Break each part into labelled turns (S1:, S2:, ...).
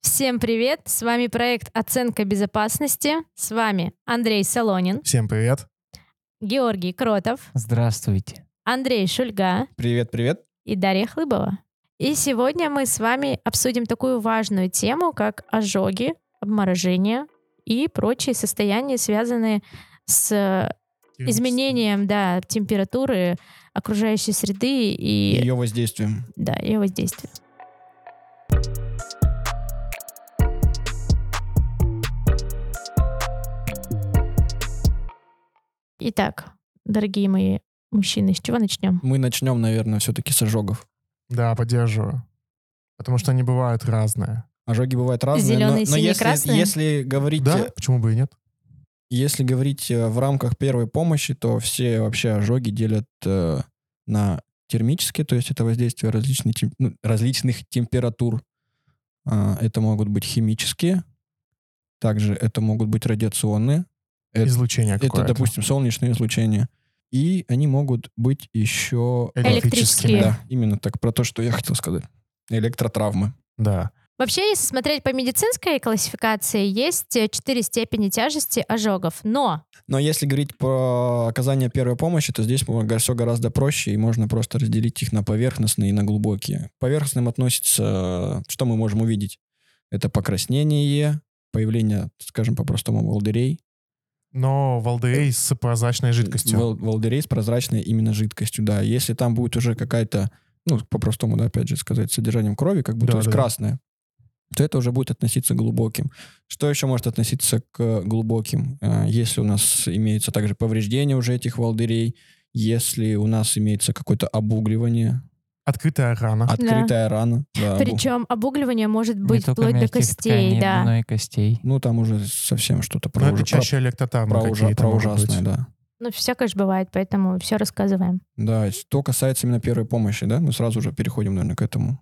S1: Всем привет! С вами проект «Оценка безопасности». С вами Андрей Солонин,
S2: Всем привет.
S1: Георгий Кротов,
S3: Здравствуйте.
S1: Андрей Шульга
S4: Привет, привет.
S1: и Дарья Хлыбова. И сегодня мы с вами обсудим такую важную тему, как ожоги, обморожения и прочие состояния, связанные с изменением да, температуры окружающей среды и
S4: Ее воздействием.
S1: да, ее воздействия. Итак, дорогие мои мужчины, с чего начнем?
S4: Мы начнем, наверное, все-таки с ожогов.
S2: Да, поддерживаю. Потому что они бывают разные.
S4: Ожоги бывают разные,
S1: Зелёные,
S4: но, но
S1: синие,
S4: если,
S1: красные?
S4: если говорить,
S2: Да, почему бы и нет?
S4: если говорить э, в рамках первой помощи, то все вообще ожоги делят э, на термические, то есть это воздействие различных, тем- ну, различных температур. А, это могут быть химические, также это могут быть радиационные, Это-
S2: Излучение
S4: Э, это,
S2: какое-то.
S4: допустим, солнечное излучение. И они могут быть еще
S1: Электрические.
S4: Да, именно так. Про то, что я хотел сказать. Электротравмы.
S2: Да.
S1: Вообще, если смотреть по медицинской классификации, есть э, четыре степени тяжести ожогов, но
S4: Но если говорить про оказание первой помощи, то здесь все гораздо проще, и можно просто разделить их на поверхностные и на глубокие. К поверхностным относится, э, что мы можем увидеть? Это покраснение, появление, скажем по-простому, волдырей.
S2: Но
S4: э,
S2: волдырей с прозрачной жидкостью.
S4: Вол- волдырей с прозрачной именно жидкостью, да. Если там будет уже какая-то, ну, по-простому, да, опять же сказать, содержанием крови, как будто
S2: Да,
S4: уже
S2: да, да.
S4: красная, то это уже будет относиться к глубоким. Что еще может относиться к глубоким? Э, Если у нас имеется также повреждение уже этих волдырей, если у нас имеется какое-то обугливание,
S2: Открытая рана.
S4: А, открытая рана. да, обу-
S1: причем обугливание может
S3: Не
S1: быть
S3: только
S1: вплоть до
S3: мягких
S1: костей,
S3: тканей,
S1: да.
S3: но и костей.
S4: Ну, там уже совсем что-то про,
S2: Но Ну, это
S4: уже- про,
S2: чаще электротравмы
S4: про ужа-
S2: какие-то
S4: про
S2: могут быть.
S4: ужасное, да.
S1: Ну, всякое же бывает, поэтому все рассказываем.
S4: Да, что касается именно первой помощи, да, мы сразу же переходим, наверное, к этому.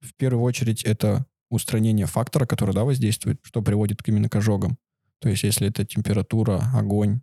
S4: В первую очередь это устранение фактора, который, да, воздействует, что приводит к- именно к ожогам. То есть если это температура, огонь,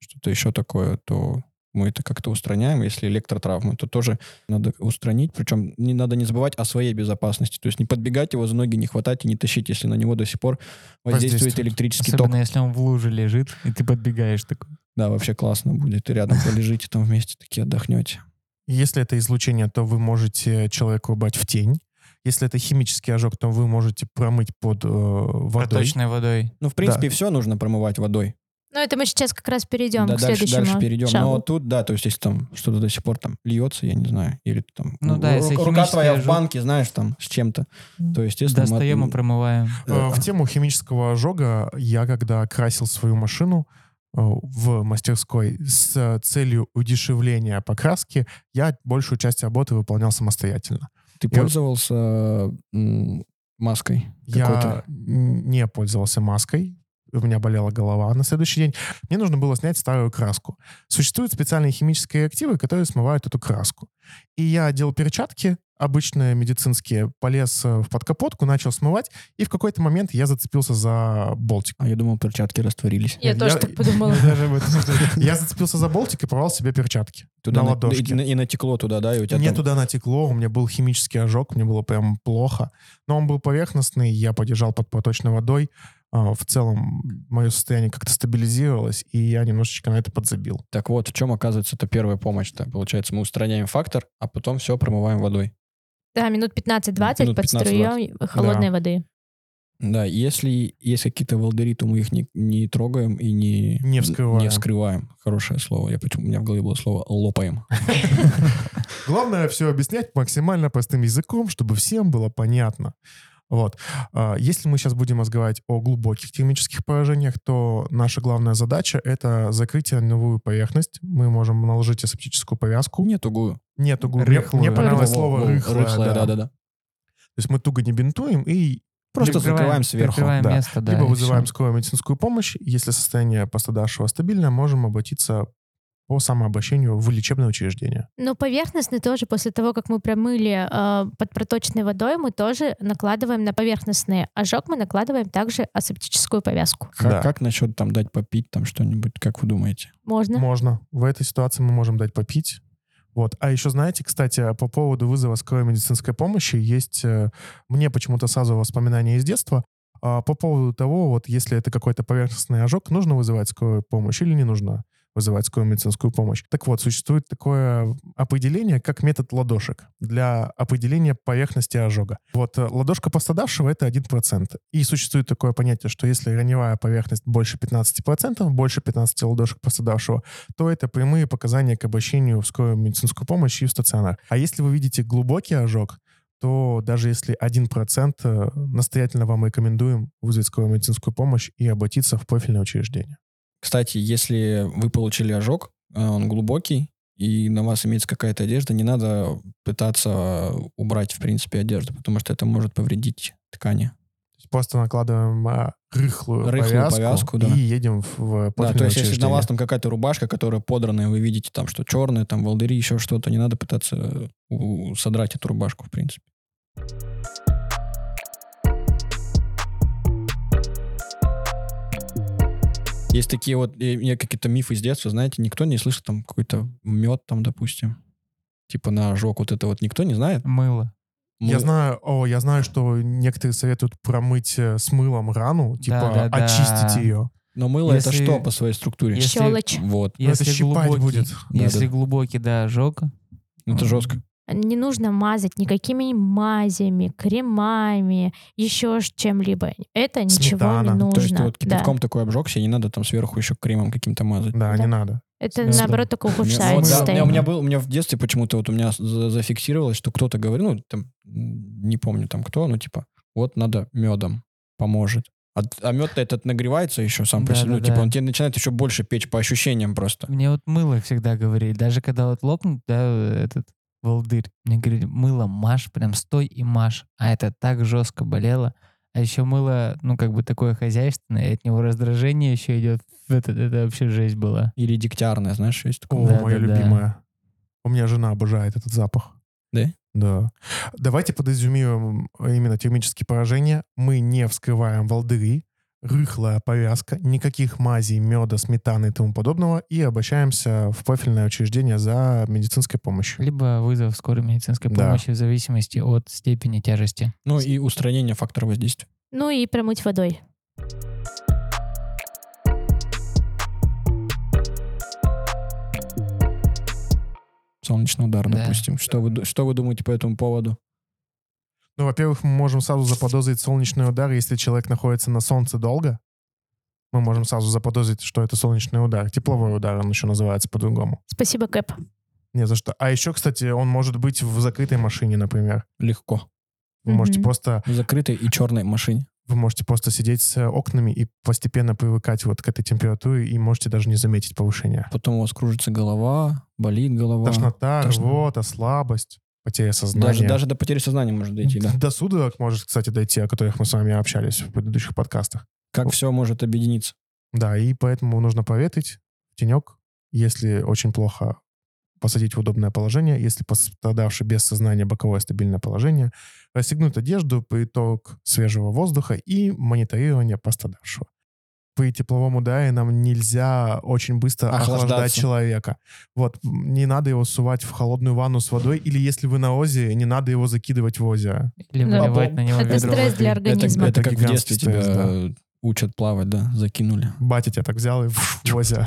S4: что-то еще такое, то мы это как-то устраняем. Если электротравмы, то тоже надо устранить. Причем не надо не забывать о своей безопасности. То есть не подбегать его за ноги, не хватать и не тащить, если на него до сих пор воздействует,
S2: Воздействует.
S4: электрический
S3: Особенно
S4: ток.
S3: если он в луже лежит, и ты подбегаешь такой.
S4: Да, вообще классно будет. И рядом полежите там вместе, такие отдохнете.
S2: Если это излучение, то вы можете человека убрать в тень. Если это химический ожог, то вы можете промыть под э, водой.
S3: Проточной водой.
S4: Ну, в принципе, все нужно промывать водой.
S1: Ну, это мы сейчас как раз перейдем
S4: да,
S1: к
S4: дальше,
S1: следующему
S4: дальше перейдем.
S1: шагу.
S4: Но тут, да, то есть если там что-то до сих пор там льется, я не знаю, или там
S3: Ну да, если
S4: рука твоя
S3: химический
S4: в
S3: ожог.
S4: банке, знаешь, там с чем-то, то естественно... мы-
S3: Достаем и промываем.
S2: Э,
S4: э,
S2: В тему химического ожога я, когда красил свою машину э, в мастерской с э, целью удешевления покраски, я большую часть работы выполнял самостоятельно.
S4: Ты
S2: я-
S4: пользовался м, маской
S2: Я
S4: какой-то?
S2: н- не пользовался маской, у меня болела голова. На следующий день мне нужно было снять старую краску. Существуют специальные химические реактивы, которые смывают эту краску. И я одел перчатки, обычные медицинские, полез э, в подкапотку, начал смывать, и в какой-то момент я зацепился за болтик.
S4: А я думал, перчатки растворились.
S1: Я,
S2: Я-
S1: тоже так подумала.
S2: Я даже об этом не знаю. Я зацепился за болтик и порвал себе перчатки.
S4: Туда
S2: на
S4: на-
S2: ладошке.
S4: И, на- и натекло туда, да, и у тебя
S2: Мне
S4: там-
S2: туда натекло, у меня был химический ожог, мне было прям плохо. Но он был поверхностный, я подержал под проточной водой. А, В целом, мое состояние как-то стабилизировалось, и я немножечко на это подзабил.
S4: Так вот, в чем оказывается это первая помощь-то? Получается, мы устраняем фактор, а потом все промываем водой.
S1: Да, минут 15-20
S4: Минут
S1: под
S4: 15-20.
S1: струей холодной воды.
S4: Да, если есть какие-то волдыри, то мы их не, не трогаем и не...
S2: Не вскрываем.
S4: Не вскрываем. Хорошее слово. Я, почему- у меня в голове было слово «лопаем».
S2: Главное все объяснять максимально простым языком, чтобы всем было понятно. Вот. А, Если мы сейчас будем разговаривать о глубоких термических поражениях, то наша главная задача — это закрытие новую поверхность. Мы можем наложить асептическую повязку.
S4: Нет угую.
S2: Нету глубины.
S3: Рыхлую.
S2: Мне понравилось
S4: Во-
S2: слово
S4: во-
S2: «рыхлое».
S4: рыхлое,
S2: да.
S4: да-да-да.
S2: То есть мы туго не бинтуем и
S4: Просто
S3: Прикрываем-
S4: закрываем сверху,
S3: Прикрываем
S2: да.
S3: место, да.
S2: либо
S3: и
S2: вызываем
S3: всё.
S2: скорую медицинскую помощь. Если состояние пострадавшего стабильное, можем обратиться по самообращению в лечебное учреждение.
S1: Но Ну, поверхностный тоже, после того, как мы промыли э, под проточной водой, мы тоже накладываем на поверхностный ожог, мы накладываем также асептическую повязку.
S4: Как,
S2: Да.
S4: как насчет там дать попить там что-нибудь, как вы думаете?
S1: Можно?
S2: Можно. В этой ситуации мы можем дать попить. Вот. А еще, знаете, кстати, по поводу вызова скорой медицинской помощи есть... э, Мне почему-то сразу воспоминания из детства. а, По поводу того, вот если это какой-то поверхностный ожог, нужно вызывать скорую помощь или не нужно вызывать скорую медицинскую помощь. Так вот, существует такое определение, как метод ладошек для определения поверхности ожога. Вот э, ладошка пострадавшего — это 1%. И существует такое понятие, что если раневая поверхность больше 15%, больше 15 ладошек пострадавшего, то это прямые показания к обращению в скорую медицинскую помощь и в стационар. А если вы видите глубокий ожог, то даже если 1%, э, настоятельно вам рекомендуем вызвать скорую медицинскую помощь и обратиться в профильное учреждение.
S4: Кстати, если вы получили ожог, э, он глубокий, и на вас имеется какая-то одежда, не надо пытаться убрать, в принципе, одежду, потому что это может повредить ткани.
S2: То есть Просто накладываем э, рыхлую,
S4: Рыхлую
S2: повязку,
S4: повязку, да.
S2: и едем в, э,
S4: Да,
S2: профильное
S4: то есть если на
S2: учреждение.
S4: вас там какая-то рубашка, которая подранная, вы видите там, что черная, там волдыри, еще что-то, не надо пытаться э, у- содрать эту рубашку, в принципе. Есть такие вот, э, мне какие-то мифы с детства, знаете, никто не слышит там какой-то мед там, допустим, типа на ожог вот это вот никто не знает.
S3: Мыло.
S2: Я
S4: Мы-
S2: знаю, о, я знаю, что некоторые советуют промыть э, с мылом рану, типа
S3: да, да.
S2: очистить ее.
S4: Но мыло это
S3: Если-
S4: что по своей структуре?
S3: Если-
S1: Щелочь.
S4: Вот.
S2: Ну, это щипать будет.
S4: Да,
S3: Если
S4: да.
S3: глубокий, да, ожог.
S4: Это жестко.
S1: Не нужно мазать никакими мазями, кремами, еще ж чем-либо. Это ничего
S2: Сметана.
S1: не
S2: То
S1: нужно.
S4: То есть ты вот
S1: да.
S4: кипятком такой обжегся, не надо там сверху еще кремом каким-то мазать.
S2: Да,
S1: Да.
S2: не надо.
S1: Это
S3: Да.
S1: наоборот только
S4: Мне-
S1: ухудшает
S4: вот, Ну да,
S1: состояние.
S4: у меня был, у меня в детстве почему-то вот у меня за- зафиксировалось, что кто-то говорил, ну там м, не помню там кто, ну типа вот надо медом поможет. А, мед-то этот нагревается еще сам по
S3: Да,
S4: себе, ну
S3: да,
S4: типа
S3: да.
S4: он тебе начинает еще больше печь по ощущениям просто.
S3: Мне вот мыло всегда говорили, даже когда вот лопнут, да, этот волдырь, мне говорили, мыло маш, прям стой и маш. А это так жестко болело. А еще мыло, ну, как бы такое хозяйственное, и от него раздражение еще идет. Это, это вообще жесть была.
S4: Или дегтярное, знаешь, есть такое.
S2: О,
S3: Да,
S2: моя
S3: да, да.
S2: любимая. У меня жена обожает этот запах.
S4: Да?
S2: Да. Давайте подразумеваем а, именно термические поражения. Мы не вскрываем волдыри, рыхлая повязка, никаких мазей, меда, сметаны и тому подобного, и обращаемся в профильное учреждение за медицинской помощью.
S3: Либо вызов скорой медицинской
S2: Да.
S3: помощи в зависимости от степени тяжести.
S4: Ну и устранение фактора воздействия.
S1: Ну и промыть водой.
S4: Солнечный удар,
S3: Да.
S4: допустим. Что вы, ду- что вы думаете по этому поводу?
S2: Ну, во-первых, мы можем сразу заподозрить солнечный удар, если человек находится на солнце долго. Мы можем сразу заподозрить, что это солнечный удар. Тепловой удар он еще называется по-другому.
S1: Спасибо, Кэп.
S2: Не за что. А еще, кстати, он может быть в закрытой машине, например.
S4: Легко.
S2: Вы можете
S1: Мгм.
S2: просто
S4: В закрытой и черной машине.
S2: вы можете просто сидеть с э, окнами и постепенно привыкать вот к этой температуре и можете даже не заметить повышения.
S4: Потом у вас кружится голова, болит голова.
S2: Тошнота,
S4: тошно.
S2: рвота, слабость, потеря сознания. Ну,
S4: Даже, даже до потери сознания может дойти, да.
S2: До судорог может, кстати, дойти, о которых мы с вами общались в предыдущих подкастах.
S4: Как все может объединиться.
S2: Да, и поэтому нужно поветрить в тенек, если очень плохо посадить в удобное положение, если пострадавший без сознания боковое стабильное положение, расстегнуть одежду, приток свежего воздуха и мониторирование пострадавшего. При тепловом ударе нам нельзя очень быстро охлаждать
S4: Охлаждаться.
S2: человека. Вот, м, не надо его сувать в холодную ванну с водой, или если вы на озере, не надо его закидывать в озеро.
S3: Или
S1: Да.
S3: выливать на него
S1: Это
S3: ведро
S1: стресс
S3: воды.
S1: для
S4: Это,
S1: организма.
S4: это как в
S2: гигантский
S4: детстве тебя
S2: стресс, да.
S4: э, учат плавать, да, закинули.
S2: Батя тебя так взял и в озеро.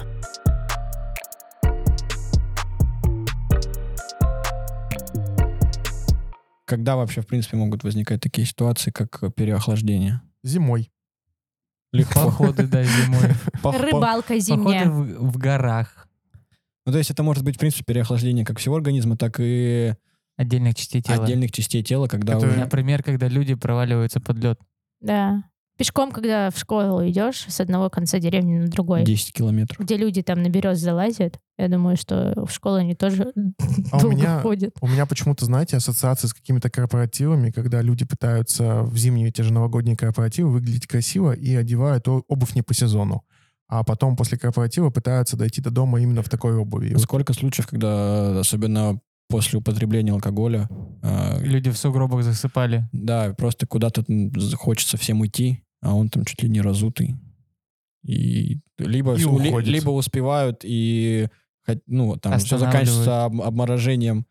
S4: Когда вообще, в принципе, могут возникать такие ситуации, как э, переохлаждение?
S2: Зимой.
S3: Походы, да, зимой.
S1: Рыбалка
S3: Походы
S1: зимняя.
S3: в, в горах
S4: Ну, то есть это может быть, в принципе, переохлаждение как всего организма, так и
S3: отдельных частей тела.
S4: отдельных частей тела, когда
S2: Это-
S4: вы...
S3: Например, когда люди проваливаются под лед.
S1: Да. Пешком, когда в школу идешь с одного конца деревни на другой,
S4: 10 километров.
S1: где люди там на берез залазят, я думаю, что в школу они тоже
S2: А у
S1: долго
S2: меня-
S1: ходят.
S2: У меня почему-то, знаете, ассоциации с какими-то корпоративами, когда люди пытаются в зимние те же новогодние корпоративы выглядеть красиво и одевают о- обувь не по сезону. А потом после корпоратива пытаются дойти до дома именно в такой обуви. И вот
S4: Сколько случаев, когда, э, особенно после употребления алкоголя, э,
S3: Люди в сугробах засыпали.
S4: да, просто куда-то м, з- хочется всем уйти, а он там чуть ли не разутый. И либо,
S2: И
S4: ли-
S2: уходит.
S4: либо успевают и Хоть, Ну, там все
S3: Останавливает.
S4: заканчивается об- обморожением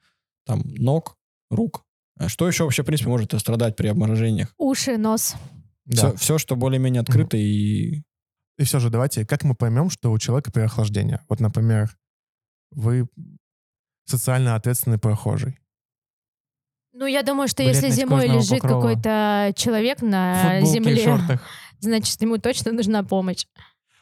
S4: там, ног, рук. А Что еще вообще, в принципе, может страдать при обморожениях?
S1: Уши, нос.
S2: Да.
S4: Все, что более-менее открыто и...
S2: И все же давайте, как мы поймем, что у человека переохлаждение? Вот, например, вы социально ответственный прохожий.
S1: Ну, я думаю, что
S3: Бледность
S1: если зимой
S3: кожного
S1: лежит
S3: покрова.
S1: какой-то человек на
S3: Футболки и
S1: А, земле,
S3: шортах.
S1: значит, ему точно нужна помощь.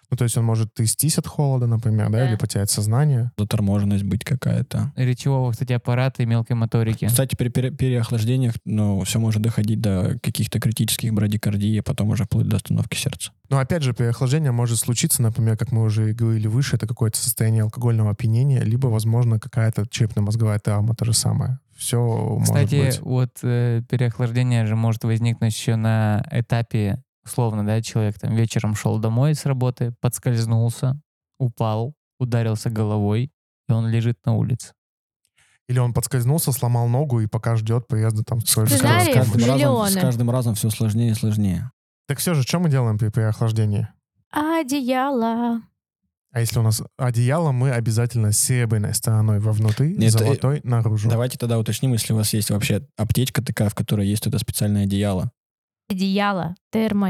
S2: Ну, то есть он может истись от холода, например, да,
S1: Да.
S2: или потерять сознание.
S4: Заторможенность быть какая-то.
S3: речевого, кстати, аппарата и мелкой моторики.
S4: Кстати, при пере- переохлаждениях ну, все может доходить до каких-то критических брадикардий, а потом уже вплоть до остановки сердца.
S2: Но опять же, переохлаждение может случиться, например, как мы уже и говорили выше, это какое-то состояние алкогольного опьянения, либо, возможно, какая-то черепно-мозговая травма, то же самое. Все может
S3: Кстати,
S2: быть.
S3: вот э, переохлаждение же может возникнуть еще на этапе, условно, да, человек там вечером шел домой с работы, подскользнулся, упал, ударился головой, и он лежит на улице.
S2: Или он подскользнулся, сломал ногу и пока ждет приезда там скорой
S1: Ты
S4: С каждым-
S2: скорой
S1: знаешь,
S2: помощи.
S1: Сценариев
S4: разом,
S1: миллионы.
S4: с каждым разом все сложнее и сложнее.
S2: Так все же, что мы делаем при переохлаждении?
S1: Одеяло.
S2: А если у нас одеяло, мы обязательно серебряной стороной вовнутрь,
S4: Нет, э,
S2: золотой наружу.
S4: Давайте тогда уточним, если у вас есть вообще аптечка такая, в которой есть это специальное одеяло.
S1: Одеяло.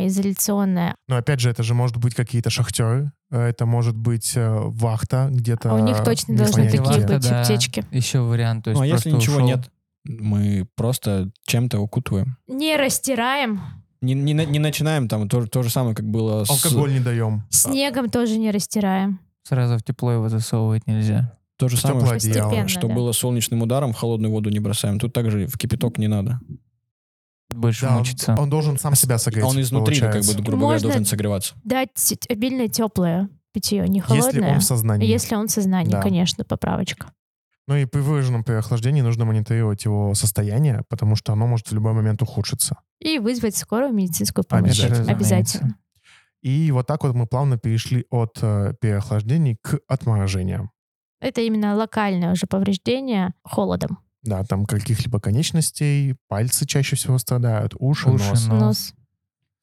S1: Термоизоляционное.
S2: Но опять же, это же может быть какие-то шахтеры, э, это может быть э, вахта где-то.
S1: А у них точно
S2: не
S1: должны
S2: понятно
S1: такие
S2: где.
S1: быть аптечки.
S3: Еще вариант, то есть
S4: ну, а если
S3: просто
S4: ничего
S3: ушел.
S4: нет, мы просто чем-то укутываем.
S1: Не растираем.
S4: Не, не на- не начинаем там то, же- то же самое, как было с...
S2: Алкоголь не А даем.
S1: Снегом тоже не растираем.
S3: сразу в тепло его засовывать нельзя.
S4: То же самое,
S2: Теплое
S4: что,
S2: одеяло.
S1: Постепенно,
S4: что
S1: да.
S4: было с солнечным ударом, в холодную воду не бросаем. Тут также в кипяток не надо.
S3: Больше
S2: Да, он-
S3: мучиться.
S2: он, должен сам себя согреть.
S4: А Он изнутри, да, как
S2: получается.
S4: бы, грубо говоря,
S1: Можно-
S4: должен согреваться.
S1: Дать т- обильное теплое питье, не
S2: Если
S1: холодное.
S2: он в сознании.
S1: Если он в сознании,
S2: Да.
S1: конечно, поправочка.
S2: Ну и при выраженном переохлаждении нужно мониторировать его состояние, потому что оно может в любой момент ухудшиться.
S1: И вызвать скорую медицинскую
S3: Это
S1: помощь.
S2: Обязательно.
S3: разумеется.
S1: Обязательно.
S2: И вот так вот мы плавно перешли от э, переохлаждений к отморожениям.
S1: Это именно локальное уже повреждение холодом.
S2: Да, там каких-либо конечностей, пальцы чаще всего страдают, уши,
S3: Уши,
S2: нос.
S3: нос.
S1: Нос.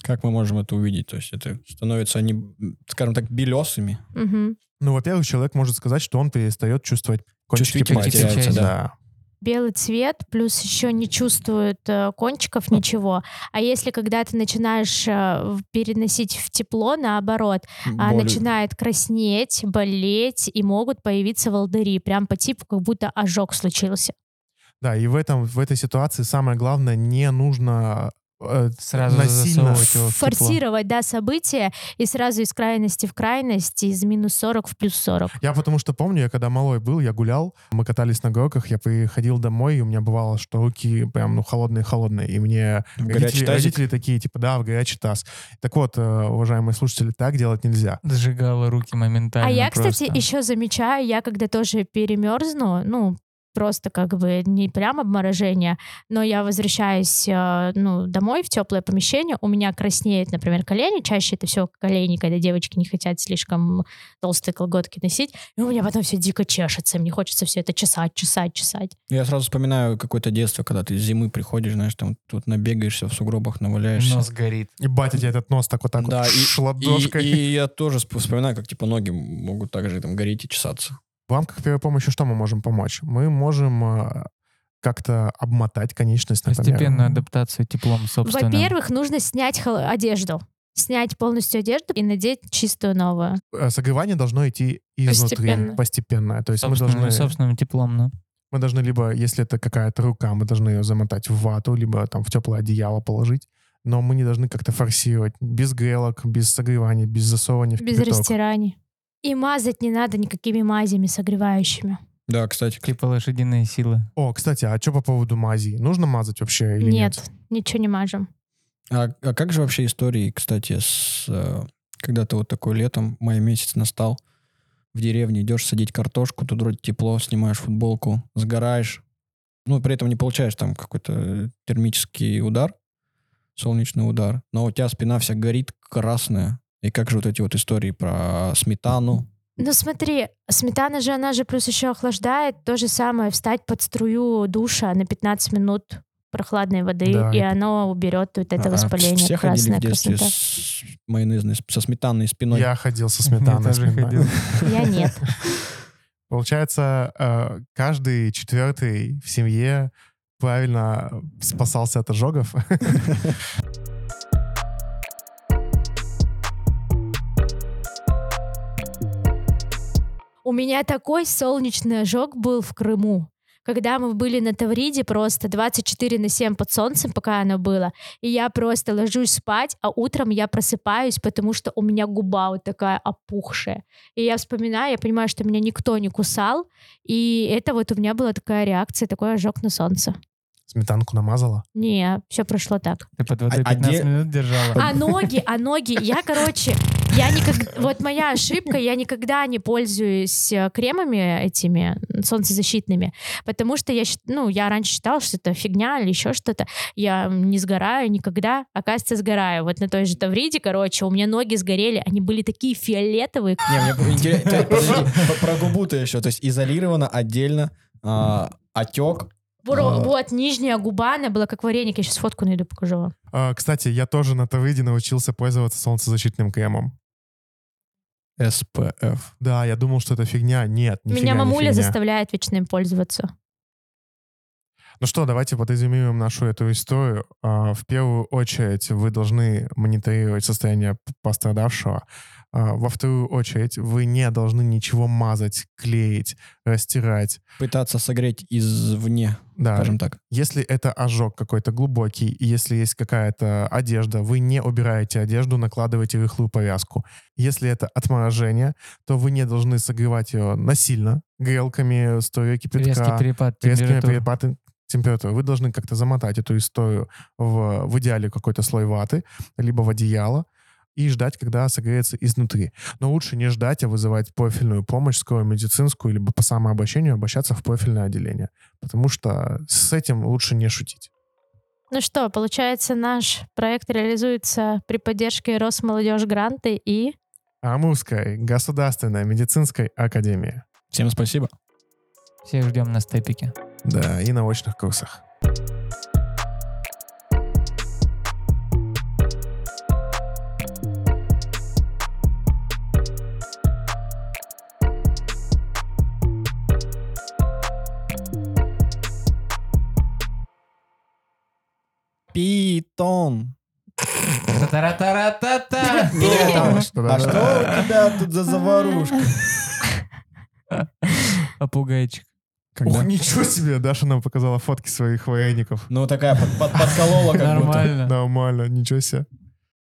S4: Как мы можем это увидеть? То есть это становятся они, м, скажем так, белесыми.
S1: Мгм.
S2: Ну, во-первых, человек может сказать, что он перестает чувствовать кончики
S4: Чувствительность
S2: пальцев.
S3: теряется,
S2: да.
S4: да.
S1: Белый цвет, плюс еще не чувствует э, кончиков ничего. А если когда ты начинаешь э, в- переносить в тепло, наоборот, а
S4: Боль-
S1: начинает краснеть, болеть, и могут появиться волдыри, прям по типу, как будто ожог случился.
S2: Да, и в, этом, в этой ситуации самое главное, не нужно э,
S3: Сразу
S2: насильно...
S3: засовывать его в тепло.
S1: Форсировать, да, события, и сразу из крайности в крайность, из минус 40 в плюс 40.
S2: Я потому что помню, я когда малой был, я гулял, мы катались на горках, я приходил домой, и у меня бывало, что руки прям, ну, холодные-холодные, и мне
S4: В горячий
S2: родители,
S4: тазик.
S2: родители такие, типа, да, в горячий таз. Так вот, э, уважаемые слушатели, так делать нельзя.
S3: Сжигала руки моментально
S1: а я, кстати,
S3: просто.
S1: еще замечаю, я когда тоже перемерзну, ну, просто как бы не прям обморожение, но я возвращаюсь э, ну, домой в теплое помещение, у меня краснеет, например, колени, чаще это все колени, когда девочки не хотят слишком толстые колготки носить, и у меня потом все дико чешется, мне хочется все это чесать, чесать, чесать.
S4: Я сразу вспоминаю какое-то детство, когда ты с зимы приходишь, знаешь, там тут набегаешься, в сугробах наваляешься.
S3: Нос горит.
S2: И батя тебе этот нос так вот так
S4: Да,
S2: вот шш,
S4: И,
S2: Ну, ладошкой.
S4: и я тоже сп- вспоминаю, как типа ноги могут также там гореть и чесаться.
S2: В рамках первой помощи что мы можем помочь? Мы можем э, как-то обмотать конечность, например.
S3: Постепенную адаптацию теплом собственным.
S1: Во-первых, нужно снять хол- одежду, снять полностью одежду и надеть чистую новую.
S2: Э, Согревание должно идти изнутри, постепенно.
S1: Постепенно.
S2: То есть мы
S3: Собственным-
S2: должны,
S3: собственным теплом, ну.
S2: мы должны либо, если это какая-то рука, мы должны ее замотать в вату, либо там в теплое одеяло положить. Но мы не должны как-то форсировать. Без грелок, без согревания, без засовывания в
S1: Без
S2: кипяток.
S1: растираний. И мазать не надо никакими мазями согревающими.
S4: Да, кстати,
S3: Типа лошадиные силы.
S2: О, кстати, а что по поводу мази? Нужно мазать вообще или нет?
S1: ничего не мажем.
S4: А, а как же вообще истории, кстати, с э, когда-то вот такой летом, май месяц настал, в деревне идешь садить картошку, тут вроде тепло, снимаешь футболку, сгораешь, ну, при этом не получаешь там какой-то термический удар, солнечный удар, но у тебя спина вся горит красная. И как же вот эти вот истории про сметану?
S1: Ну смотри, сметана же, она же плюс еще охлаждает. То же самое, встать под струю душа на 15 минут прохладной воды,
S2: Да.
S1: и оно уберет вот это
S4: А,
S1: воспаление.
S4: Все ходили
S1: красная
S4: в детстве
S1: краснота.
S4: с майонезной, со сметанной спиной.
S2: Я ходил со сметаной.
S3: Я тоже
S2: с миндалем.
S3: ходил.
S1: Я нет.
S2: Получается, э, каждый четвертый в семье правильно э, спасался от ожогов.
S1: У меня такой солнечный ожог был в Крыму. Когда мы были на Тавриде просто 24 на 7 под солнцем, пока оно было, и я просто ложусь спать, а утром я просыпаюсь, потому что у меня губа вот такая опухшая. И я вспоминаю, я понимаю, что меня никто не кусал, и это вот у меня была такая реакция, такой ожог на солнце.
S2: Сметанку намазала?
S1: Не, все прошло так.
S3: Ты под водой
S4: А- а
S3: 15
S4: где-
S3: минут держала.
S1: А ноги, а ноги, я, короче, я никак... Вот моя ошибка, я никогда не пользуюсь э, кремами этими м, солнцезащитными, потому что я, счит- ну, я раньше считала, что это фигня или еще что-то. Я м, не сгораю никогда, оказывается, сгораю. Вот на той же Тавриде, короче, у меня ноги сгорели, они были такие фиолетовые.
S4: А- Не, мне было интересно. Ты, подожди, про- Про губу-то еще. То есть изолировано отдельно а, отек.
S1: Бро-
S4: А.
S1: Вот, нижняя губа, она была как вареник. Я сейчас фотку найду, покажу вам.
S2: Э, Кстати, я тоже на Тавриде научился пользоваться солнцезащитным кремом.
S4: SPF.
S2: Да, я думал, что это фигня. Нет, нифига
S1: Меня
S2: не
S1: мамуля
S2: фигня.
S1: заставляет вечно им пользоваться.
S2: Ну что, давайте подразумеваем нашу эту историю. А, В первую очередь вы должны мониторировать состояние п- пострадавшего. А, Во вторую очередь вы не должны ничего мазать, клеить, растирать.
S4: Пытаться согреть извне,
S2: Да,
S4: скажем так.
S2: Если это ожог какой-то глубокий, и если есть какая-то одежда, вы не убираете одежду, накладываете рыхлую повязку. Если это отморожение, то вы не должны согревать ее насильно, грелками, стоя кипятка,
S3: Резкий перепад
S2: резкими
S3: температуры.
S2: перепадами температуры. Вы должны как-то замотать эту историю в, в идеале какой-то слой ваты, либо в одеяло, и ждать, когда согреется изнутри. Но лучше не ждать, а вызывать профильную помощь, скорую медицинскую, либо по самообращению обращаться в профильное отделение. Потому что с этим лучше не шутить.
S1: Ну что, получается, наш проект реализуется при поддержке Росмолодежь гранты и...
S2: Амурская государственная медицинская академия.
S4: Всем спасибо.
S3: Всех ждем на степике.
S2: Да, и на очных курсах.
S4: Питон.
S3: Та-та-ра-та-ра-та-та!
S4: А
S2: Да-да-да.
S4: что у тебя тут за заварушка?
S3: А Попугайчик.
S4: Когда?
S2: Ох, ничего себе! Даша нам показала фотки своих вареников.
S4: Ну, такая под- под- подколола как будто.
S3: Нормально.
S2: Нормально, ничего себе.